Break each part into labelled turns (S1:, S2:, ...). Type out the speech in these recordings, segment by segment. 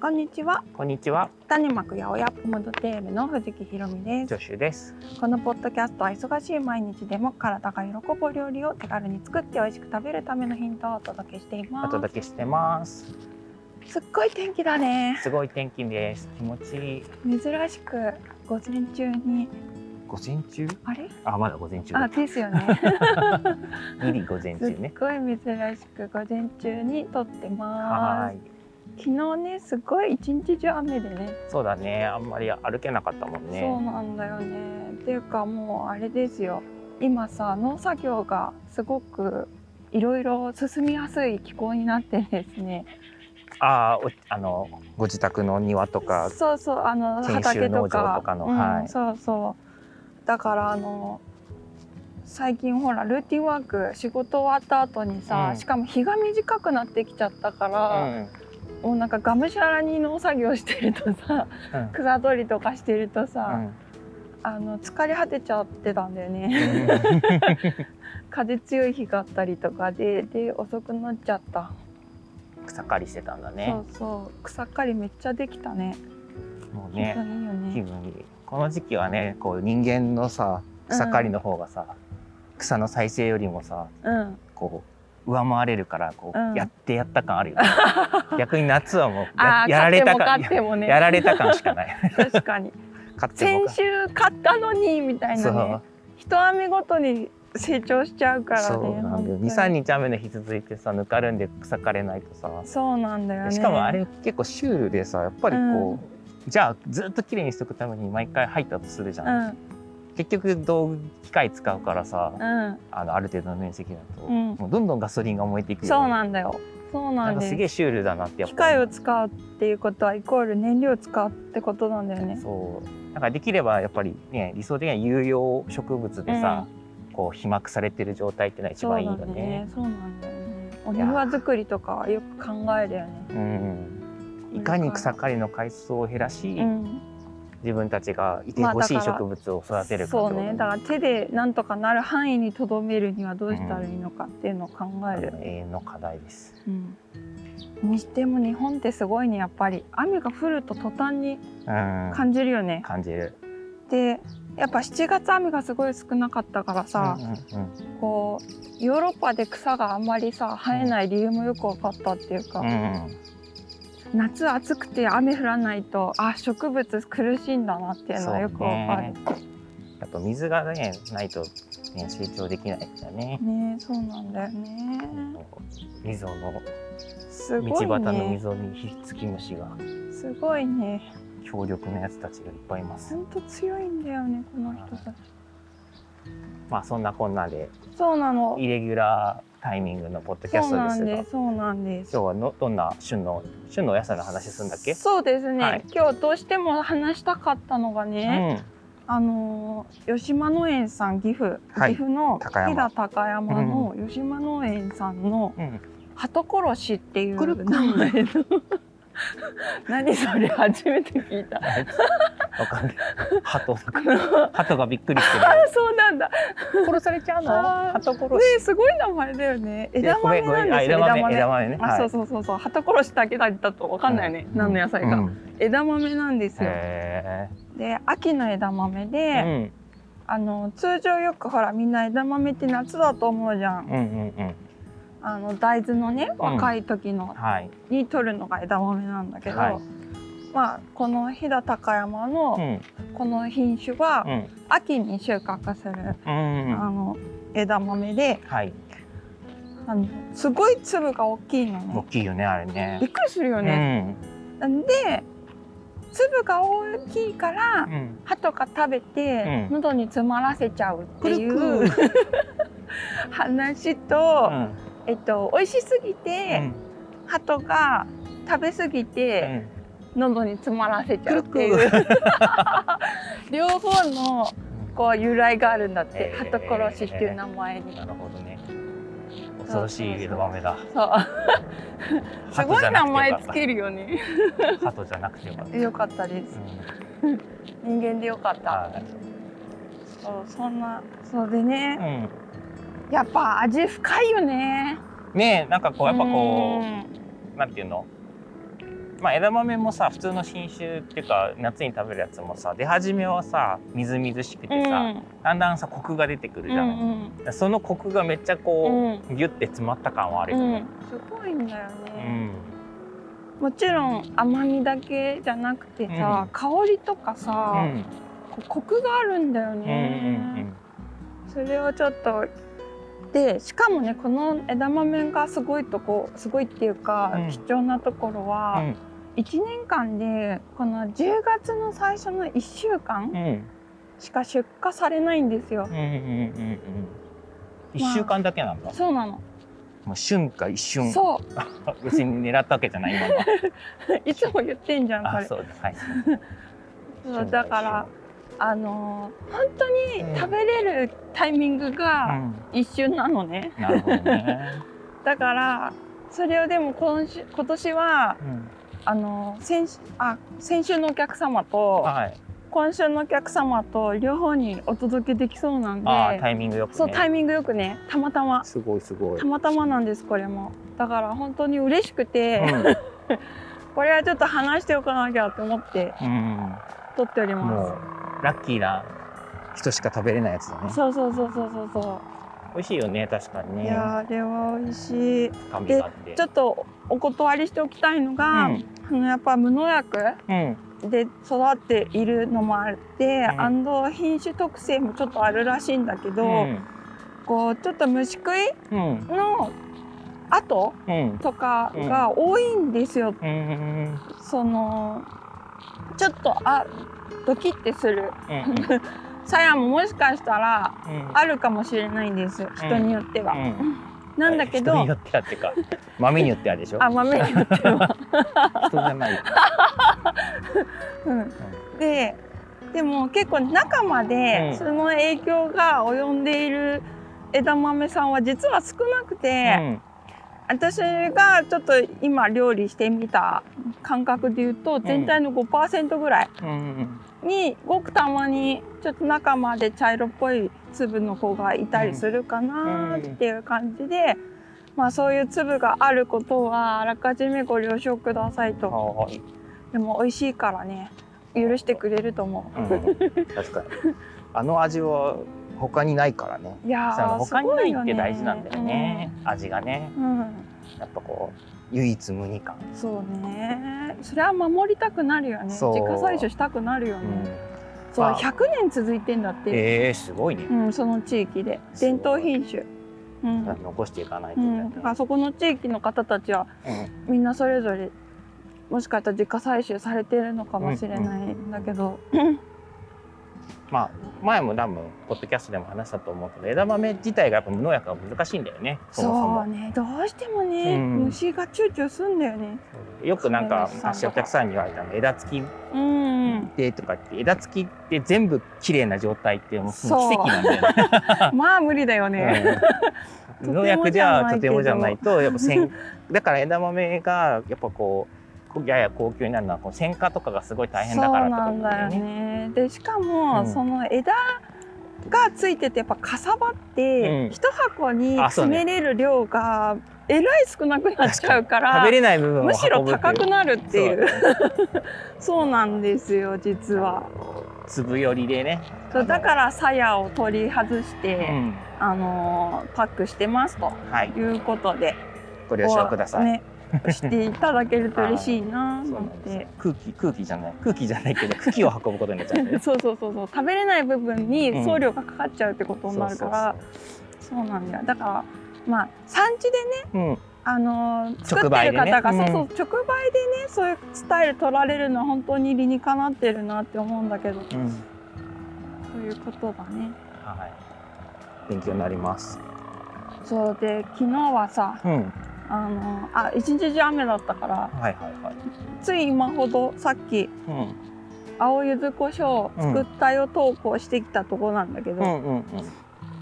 S1: こんにちは
S2: こんにちは、
S1: 種まく八百屋ポムドテールの藤木ひろみです
S2: 助手です。
S1: このポッドキャストは忙しい毎日でも体が喜ぶ料理を手軽に作って美味しく食べるためのヒントをお届けしてい
S2: お
S1: ます
S2: 届けしてます。
S1: すっごい天気だね
S2: すごい天気です。気持ちいい。
S1: 珍しく午前中に
S2: 午前中？
S1: あれ
S2: あ、まだ午前中。
S1: あですよね
S2: ギリ午前
S1: す
S2: 中
S1: っ
S2: ね。
S1: ごい珍しく午前中に撮ってま
S2: は
S1: す
S2: ーい。
S1: 昨日ねすごい一日中雨でね
S2: そうだね。あんまり歩けなかったもん
S1: そう
S2: ね。
S1: なんだよねっていうかもうあれですよ今さ農作業がすごくいろいろ進みやすい気候になってですね
S2: あー、おあのご自宅の庭とか。
S1: そうそうあの
S2: 研修
S1: 畑と
S2: 農
S1: か
S2: 場とかの
S1: うん
S2: はい
S1: そうそうだからあの最近ほらルーティンワーク仕事終わった後にさ、
S2: うん
S1: しかも日が短くなってきちゃったか
S2: う
S1: ら、
S2: ん。
S1: もうなんかがむしゃらに農作業してるとさ
S2: うん
S1: 草取りとかしてると
S2: う
S1: さ、
S2: ん
S1: あの疲れ果てちゃってたんだよね。風強い日があったりとかでで遅くなっちゃった、
S2: 草刈りしてたんだね。
S1: そうそう草刈りめっちゃできたね
S2: もう
S1: 本
S2: ね、
S1: 当にいいよ
S2: 気
S1: ね
S2: 分いい。この時期はね、こう人間のさ、草刈りの方がさ、草の再生よりもさ、
S1: うん
S2: こう上回れるからこう、
S1: うん
S2: やってやった感あるよ、 ね、逆に夏はもう
S1: あ
S2: や
S1: ー
S2: やられた
S1: 勝
S2: 感
S1: っても勝ってもね
S2: やられた感しかない
S1: 確か に
S2: 勝っても
S1: 先
S2: 勝
S1: 週買ったのにみたい
S2: そ
S1: なね
S2: う
S1: 一雨ごとに成長しちゃうからね
S2: そうなんだよ
S1: 本当に
S2: 23日雨の日続いてさぬかるんで草刈れないとさ、
S1: そうなんだよね
S2: しかもあれ結構シュールでさやっぱりこう、じゃあずっと綺麗にしとくために毎回入ったとするじゃ、
S1: うんん
S2: 結局道具機械使うからさ、
S1: うん
S2: あのある程度の面積だと、
S1: うん
S2: もうどんどんガソリンが燃えていくよ
S1: そうなんだよそう
S2: な
S1: なんん
S2: か
S1: です
S2: げえシュールだなってやっ
S1: 機
S2: ぱ
S1: 械
S2: 思
S1: を
S2: う
S1: 使うっていうことはイコール燃料を使うってことなんだよね
S2: そうだからできればやっぱりね理想的には有用植物でさ、こう被膜されてる状態ってのは一番いいよね。
S1: そうなんだよねお庭作りとかはよく考えるよね
S2: うん、いかに草刈りの回数を減らし、
S1: うん
S2: 自分たちがいてほしい
S1: まあだから
S2: 植物を育てるかって
S1: そ
S2: こ
S1: う
S2: と
S1: ねだから手でなんとかなる範囲にとどめるにはどうしたらいいのかっていうのを考える、
S2: 永遠の課題です。
S1: うんにしても日本ってすごいねやっぱり雨が降ると途端に
S2: うん、
S1: 感じるよね、
S2: 感じる。
S1: でやっぱ7月雨がすごい少なかったからさ
S2: う、んうん
S1: こうヨーロッパで草があんまりさ生えない理由もよく分かったっていうか、
S2: うんうん
S1: 夏暑くて雨降らないとあ植物苦しいんだなっていうのはよく分かる
S2: やっぱ水がねないと、ね、成長できないんだね。
S1: ねそうなんだよね
S2: 溝の
S1: す
S2: 道
S1: ご
S2: 端
S1: い
S2: の
S1: ね
S2: 溝にひっつき虫が
S1: すごいね
S2: 強力なやつたちがいっぱいいます
S1: ほ。んと強いんだよねこの人たち
S2: まあそんなこんなで
S1: そうなの
S2: イレギュラータイミングのポッドキャ
S1: そう
S2: ストで
S1: な
S2: す
S1: ん
S2: が
S1: ですそうなんです
S2: 今日はのどんな旬の旬のお野菜の話するんだっけ、
S1: そうですね、
S2: はい
S1: 今日どうしても話したかったのがね、あのー吉間農園さん岐阜、
S2: はい
S1: 岐阜の
S2: 高山
S1: 飛騨高山の吉間農園さんの
S2: うん、うん、
S1: 鳩殺しってい
S2: くるく
S1: う
S2: る
S1: 名前の 何それ初めて聞いた
S2: わかん ない鳩
S1: あの
S2: 鳩がびっくりしてる
S1: そうなんだ
S2: 殺されちゃう
S1: あー
S2: 鳩殺
S1: ねえすごい名前だよね
S2: し
S1: 枝
S2: ごめ
S1: 豆
S2: んごめ
S1: なん
S2: んあ
S1: ですよ
S2: 枝
S1: 枝
S2: 豆
S1: 豆
S2: 枝豆ね
S1: あそうそうそうそう鳩殺しだけだと分かんないよね、
S2: うん
S1: 何の野菜か、枝豆なんですよ、
S2: へ
S1: で秋の枝豆
S2: え
S1: で、
S2: ー
S1: あの通常よくほらみんな枝豆って夏だと思うじゃ
S2: うん
S1: ん
S2: うんうんうん
S1: あの大豆のね
S2: うん
S1: 若い時の、
S2: はい
S1: に取るのが枝豆なんだけど、
S2: はい
S1: まあこの飛騨高山
S2: う
S1: の
S2: ん
S1: この品種は
S2: うん
S1: 秋に収穫する、
S2: うんう
S1: あ
S2: ん
S1: の枝豆で
S2: はい
S1: あのすごい粒が大きいの
S2: 大
S1: ね
S2: きいよねあれ
S1: び
S2: ね
S1: っくりするよね、で粒が大きいから
S2: うんうん
S1: 鳩が食べて
S2: うん
S1: 喉に詰まらせちゃうってい
S2: く
S1: う、
S2: る
S1: 話
S2: う
S1: と、
S2: ん
S1: えっと、美味しすぎ
S2: う
S1: て、
S2: ん
S1: 鳩が食べ過ぎ
S2: う
S1: て、
S2: ん
S1: 喉に詰まらせちゃうって
S2: く
S1: いう両方のこう由来があるんだって、
S2: へー
S1: 鳩殺しっていう名前に。
S2: なるほどね恐ろしい枝豆だ
S1: そうすごい名前つけ
S2: る
S1: るよね。
S2: 鳩じゃなくてよかった、
S1: よかったです。人間でよかった。そうそんなそうでね、
S2: うん
S1: やっぱ味深いよね。
S2: ねえなんかこうやっぱこ
S1: うん
S2: うなんていうのまあ、枝豆もさ普通の新種っていうか夏に食べるやつもさ出始めはさみずみずしくてさ、だんだんさコクが出てくるじゃない、そのコクがめっちゃこ
S3: うん
S2: う、ギュッて詰まった感はあるよね。
S1: すごいんだよ
S2: う
S1: ね、
S2: ん
S1: もちろん甘みだけじゃなくてさ、
S2: うん
S1: 香りとか
S2: う
S1: さ、
S2: ん
S1: こうコクがあるんだよ
S2: うんうんうん
S1: ね、それをちょっとでしかもねこの枝豆がすごいとこすごいっていうか、
S2: うん
S1: 貴重なところ
S2: う
S1: は、
S2: ん
S1: 1年間でこの10月の最初の1週間
S2: うん
S1: しか出荷されないんですよ
S2: うんうんうんうん一週間だけなんだ。
S1: そうなの、
S2: もう瞬か一瞬。
S1: そう
S2: 別に狙ったわけじ ゃない今のは。
S1: いつも言ってんじゃん、そ
S2: あ、
S1: れ。
S2: そうだ。はい。
S1: そうだから、あのー本当
S2: うん
S1: に食べれるタイミング
S2: う
S1: が
S2: ん。
S1: 一瞬なのね。
S2: なるほどね。
S1: だから、それをでも今週、今年は、
S2: うん
S1: あのー先週、あ、先週のお客様と、
S2: はい。
S1: 今週のお客様と両方にお届けできそうなん
S2: あー、
S1: で、
S2: タイミングよくね。
S1: そう、タイミングよくね、たまたま。
S2: すごいすごい。
S1: たまたまなんです、これも。だから本当に嬉しくて、
S2: うん
S1: これはちょっと話しておかなきゃと思って
S2: うん。
S1: 撮っており
S2: も
S1: ま
S2: うラッキーな人しか食べれないやつだね
S1: す。。そうそうそうそうそうそう。
S2: 美味しいよね確かに
S1: い
S2: ね。
S1: やーあれは美味しい
S2: 深みがあって。
S1: ちょっとお断りしておきたいのが、
S2: うん
S1: あのやっぱ無農薬
S2: うん。
S1: で育っているのもあって、
S2: うん
S1: アンド品種特性もちょっとあるらしいんだけど、
S2: うん
S1: こうちょっと虫食い
S2: うん
S1: の跡
S2: うん
S1: とかが多いんですよ、
S2: うんうん
S1: そのちょっとあドキッてする
S2: うん
S1: さやももしかしたら
S2: うん
S1: あるかもしれないんです人によっては、なんだけど、
S2: 人によってはってい うか豆によってはでしょ
S1: あ豆によっては
S2: 人じゃない
S1: うん、ででも結構中ま
S2: うん
S1: でその影響が及んでいる枝豆さんは実は少なくて、私がちょっと今料理してみた感覚で言うと全体の5%ぐらい
S2: うんうん
S1: にごくたまにちょっと中まで茶色っぽい粒の子がいたりするかなっていう感じで、まあ、そういう粒があることはあらかじめご了承くださいと。
S2: はい
S1: でも美味しいからね許してくれると思
S2: うん確かにあの味は他にないからね
S1: ういや
S2: その
S1: ー
S2: 他にないって大事なんだ
S1: す
S2: よ
S1: ごい
S2: ね味がね
S1: うん、
S2: やっぱこう唯一無二感
S1: うんそうねそれは守りたくなるよね自
S2: そう
S1: 家採取したくなるよ
S2: う
S1: ね、
S2: ん
S1: そう
S2: あ
S1: 100年続いてんだって、
S2: えーすごいね
S1: うん、その地域です
S2: ご
S1: 伝
S2: い
S1: 統品種うん、
S2: 残していかないと
S1: う
S2: いけない
S1: ん、だからそこの地域の方たちはみんなそれぞれもしかしたら自家採取されてるのかもしれないんだけど、
S2: まあ前も多分ポッドキャストでも話したと思うけど枝豆自体がやっぱ無農薬が難しいんだよねそもそ
S1: そう
S2: も
S1: ねどうしてもね、
S2: うん
S1: 虫がチューチューすんだよね
S2: よくなんか
S1: そうです
S2: 昔お客さんに言われたの枝付き
S1: うん
S2: でとかって枝付きって全部綺麗な状態ってもう奇
S1: そう
S2: 跡なんだよね
S1: まあ無理だよね。
S2: う
S1: とてもじゃないけど
S2: ん農薬じゃとてもじゃないとやっぱせん だから枝豆がやっぱこうこやや高級になるのはこう専科とかがすごい大変だか
S1: そ
S2: ら
S1: う
S2: と
S1: な
S2: か思うんんだ
S1: だ
S2: よ
S1: よ
S2: ね。
S1: ね。でしかも、
S2: うん
S1: その枝がついててやっぱかさばって、
S2: うん
S1: 一箱に
S2: あそう
S1: 詰
S2: ね
S1: めれる量がえらい少なくなっちゃうから
S2: 食べれない部分を運ぶ
S1: むしろ高
S2: ってい
S1: く
S2: う
S1: なるっていう
S2: そ
S1: そうなんですよ実は。
S2: 粒よりでね。
S1: そうだ
S2: ら、
S1: から鞘を取り外して、
S2: うん、
S1: あのーパックしてますと
S2: はい
S1: いうことで
S2: ご了承ください。
S1: ね、していただけると嬉しいなー
S2: そう
S1: な
S2: なんんです
S1: て
S2: よ。空気空気じゃない空気じゃないけど茎を運ぶことになっちゃう んだよね。
S1: そうそうそうそう食べれない部分
S2: うん
S1: に送料がかかっちゃうってことになるから、
S2: そう
S1: そうなんだよだからまあ産地でね
S2: そうそう。うん
S1: あのー作
S2: 直
S1: って
S2: 売で
S1: る
S2: ね
S1: 方が、
S2: うん
S1: そうそう直売でねそういうスタイル取られるのは本当に理にかなってるなって思うんだけど
S2: うん。
S1: そういうことだね
S2: はい。勉強になります。
S1: そうで昨日はさ
S2: うん。はい
S1: あのーあ一日中雨だったから
S2: はいはい。
S1: つい今ほどさっき
S2: うん
S1: 青柚子胡椒作ったよ投稿してきたとこなんだけど、
S2: うんうんうん。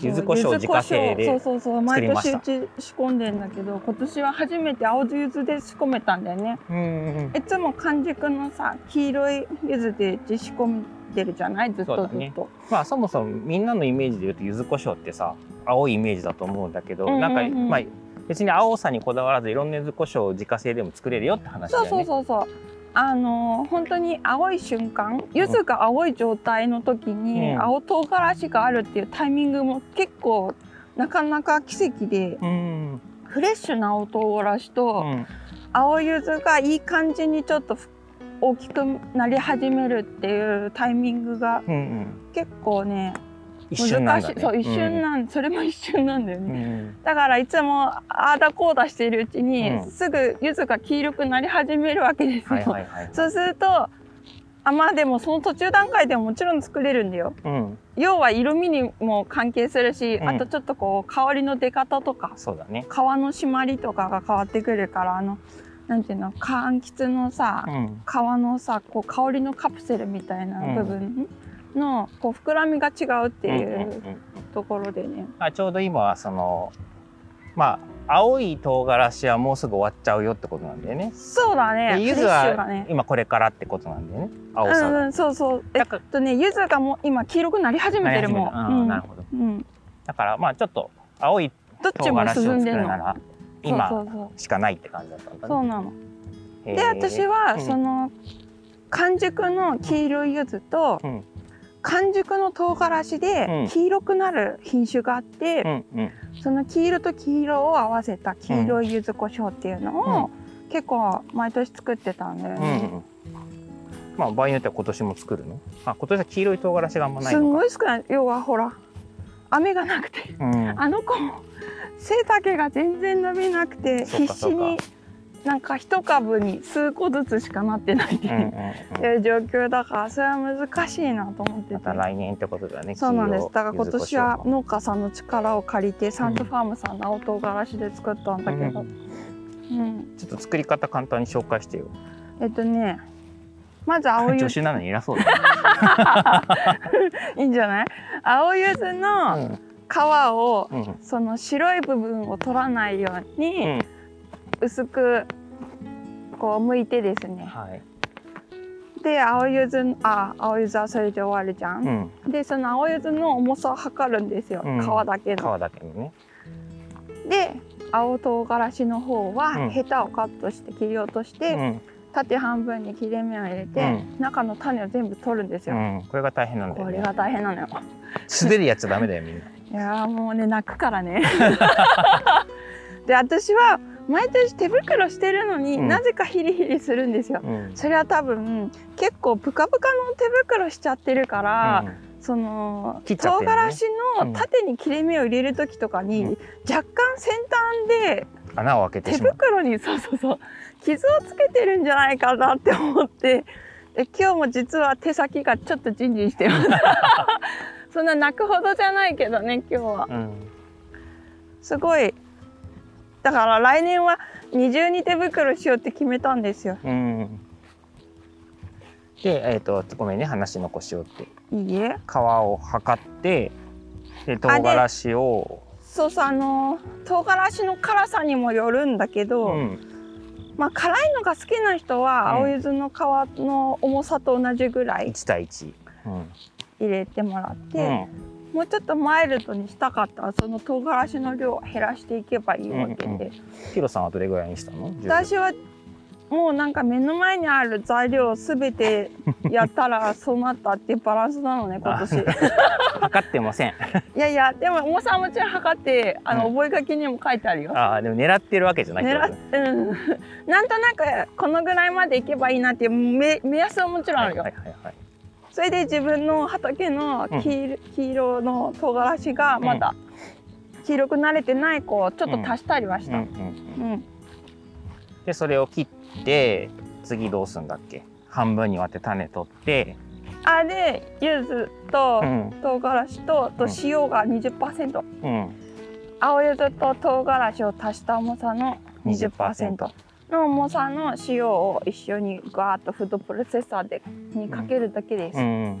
S2: 柚子胡椒自家製で
S1: そうそうそう
S2: 作り
S1: 毎
S2: ま
S1: 年
S2: した
S1: うち仕込んでんだけど今年は初めて青柚子で仕込めたんだよね
S2: うんうんうん。
S1: いつも完熟のさ黄色い柚子でうち仕込んでるじゃないずっ
S2: そ
S1: と
S2: うだ
S1: ず
S2: ね
S1: っと、
S2: まあそもそもみんなのイメージで言うと柚子胡椒ってさ青いイメージだと思うんだけど、
S1: うんうんうん
S2: なんかまあ別に青さにこだわらずいろんな柚子胡椒を自家製でも作れるよって話だよ
S1: そう
S2: ね。
S1: そうそうそう。あのー本当に青い瞬間、柚子が青い状態の時に、
S2: うん
S1: 青唐辛子があるっていうタイミングも結構なかなか奇跡で、
S2: うん
S1: フレッシュな青唐辛子と、
S2: うん
S1: 青柚子がいい感じにちょっとふ大きくなり始めるっていうタイミングが
S2: うんうん、
S1: 結構ね
S2: 一瞬
S1: 難
S2: なん
S1: し
S2: だ
S1: い
S2: ね。
S1: そう一瞬なん、それも一瞬なんだよ
S2: う
S1: ね、
S2: ん
S1: だからいつもああだこうだしているうちに、
S2: うん
S1: すぐ柚子が黄色くなり始めるわけですよ、
S2: はいはいはい。
S1: そうするとあまあでもその途中段階でももちろん作れるんだよ
S2: うん、
S1: 要は色味にも関係するし、
S2: うん
S1: あとちょっとこう香りの出方とか
S2: そうだね。
S1: 皮の締まりとかが変わってくるからあのなんていうの柑橘のさ、
S2: うん、
S1: 皮のさこう香りのカプセルみたいな部分の、こう膨らみが違うってい
S2: んん
S1: ううんところでね。
S2: あちょうど今はそのまあ青い唐辛子はもうすぐ終わっちゃうよってことなんだよね。
S1: そうだね。
S2: で柚
S1: フ
S2: 子
S1: レッシュが
S2: は
S1: ね。
S2: 今これからってことなんだよね。青
S1: う
S2: さが。
S1: んうんそうそう。えっ
S2: だから
S1: とね柚子がもう今黄色くなり始めてるも
S2: なり始め
S1: ん。
S2: たう
S1: うんん
S2: なるほど。
S1: うん。
S2: だからまあちょっと青い
S1: どっ
S2: 唐
S1: ちも
S2: 辛子を
S1: 進ん
S2: 作
S1: で
S2: る
S1: る
S2: な
S1: の。
S2: ら
S1: そうそ
S2: 今
S1: うそう。
S2: しかないって感じだったんだね。
S1: そうなの。
S2: へー
S1: で私は
S2: うん
S1: その完熟の黄色い柚子と
S2: うん
S1: 完熟の唐辛子
S2: うん
S1: で黄色くなる品種があって
S2: う、んうん
S1: その黄色と黄色を合わせた黄色い柚子胡椒っていうのを結構毎年作ってたんだよ
S2: うんう
S1: ね。
S2: ん。まあ場合によっては今年も作るの。あ今年は黄色い唐辛子があんまない
S1: すん
S2: のか。
S1: ごい少ない要はほら雨がなくて
S2: うん
S1: あの子も背丈が全然伸びなくて
S2: そう
S1: 必
S2: か
S1: 死になんか一株に数個ずつしかなってないってい
S2: うん
S1: う
S2: うんう ん。
S1: いう状況だからそれは難しいなと思って
S2: ま
S1: て
S2: た。来年ってことだね。
S1: そうなんです
S2: 黄色
S1: だから今年は農家さんの力を借りてサント
S2: うん
S1: ファームさんの青唐辛子で作ったんだけど、う
S2: う
S1: ん、
S2: ちょっと作り方簡単に紹介してよ。
S1: えっとねまず青柚
S2: 助
S1: 子
S2: 手なのに偉そうだ、ね。
S1: いいんじゃない青柚子の皮を
S2: うんうん
S1: その白い部分を取らないよう
S2: う
S1: に
S2: ん
S1: 薄くこう剥いてですね
S2: はい。
S1: で青柚子のあ青柚子はそれで終わるじゃ、
S2: うんん
S1: でその青柚子の重さを測るんですよ、
S2: うん
S1: 皮だけの。
S2: 皮だけにね。
S1: で青唐辛子の方
S2: う
S1: は
S2: ん
S1: ヘタをカットして切り落とし
S2: う
S1: て、
S2: ん
S1: 縦半分に切れ目を入れて、
S2: う
S1: 中の種を全部取るんですよ。
S2: うんこれが大変なんだ
S1: こ
S2: よ
S1: れ
S2: ね。
S1: が大変なのよ。
S2: 滑るやっちゃダメだよみんな。
S1: いやーもうね泣くから ね。で私は毎年手袋してるのに、
S2: うん
S1: なぜかヒリヒリするんですよ。
S2: うん
S1: それは多分結構プカプカの手袋しちゃってるから、
S2: う
S1: その、
S2: 切っちゃ
S1: 唐
S2: ってるね
S1: 辛子
S2: うん
S1: の縦に切れ目を入れる時とかに、
S2: うん
S1: 若干先端で
S2: ん穴を開けて
S1: 手
S2: しまう。
S1: 袋にそうそうそう傷をつけてるんじゃないかなって思ってで今日も実は手先がちょっとジンジンしてます そんな泣くほどじゃないけどね今日は
S2: うん
S1: すごいだから来年は二重に手袋しようって決めたんですよ
S2: うん。でえっ、とごめんね話残しようって
S1: いいえ
S2: 皮を測ってで唐辛子を
S1: そうそうあの唐辛子の辛さにもよるんだけど、
S2: うん
S1: まあ辛いのが好きな人は青柚子の皮の重さと同じぐらい
S2: 一対一。うん
S1: 入れてもらって、
S2: うん
S1: もうちょっとマイルドにしたかったらその唐辛子の量を減らしていけばいいわけで、
S2: うんうんヒロさんはどれぐらいにしたの？
S1: 私はもうなんか目の前にある材料を全てやったらそうなったっていうバランスなのね今年
S2: 測ってません。
S1: いやいやでも重さはもちろん測ってあの、
S2: う
S1: 覚書きにも書いてあるよ。
S2: ああでも狙ってるわけじゃないって
S1: 狙
S2: こと
S1: っ
S2: ね。
S1: うん、なんとなくこのぐらいまでいけばいいなっていう目目安はもちろんあるよ、
S2: はいはいはいはい。
S1: それで自分の畑の黄,、黄色の唐辛子がまだ黄色く慣れてない子をちょっと足したりはし
S2: うん
S1: た、
S2: うん
S1: うん
S2: でそれを切って次どうすんだっけ半分に割って種取って、
S1: あで柚子と
S2: ん
S1: 唐辛子とあと
S2: うん
S1: 塩が20%、
S2: うん、
S1: 青柚子と唐辛子を足した重さの20%の重さの塩を一緒にガーッとフードプロセッサーでにかけるだけです、
S2: うん、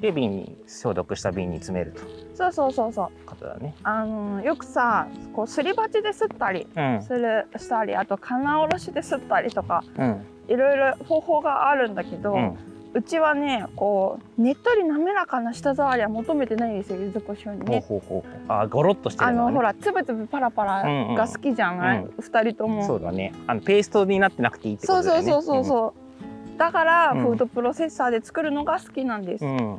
S2: で瓶に消毒した瓶に詰めるという
S1: そうそうそうそう
S2: ことだね、
S1: あのよくさこうすり鉢で吸ったり
S2: うん
S1: するしたりあと金おろしで吸ったりとか
S2: うん
S1: いろいろ方法があるんだけど、
S2: うん
S1: うちはねこうねっとり滑らかな舌触りは求めてないんですよ柚子胡椒に
S2: ほう
S1: ね。
S2: ほうほうほうあゴロっとして
S1: あ
S2: る
S1: の
S2: のがね
S1: ほらつぶつぶパラパラが好きじゃな
S2: う
S1: い
S2: んう
S1: 二、人とも。
S2: そうだねあのペーストになってなくていいってこ
S1: そう
S2: と
S1: そ
S2: だよ
S1: う
S2: ね
S1: そうそうそう。だから
S2: うん
S1: フードプロセッサーで作るのが好きなんです。
S2: うん、うん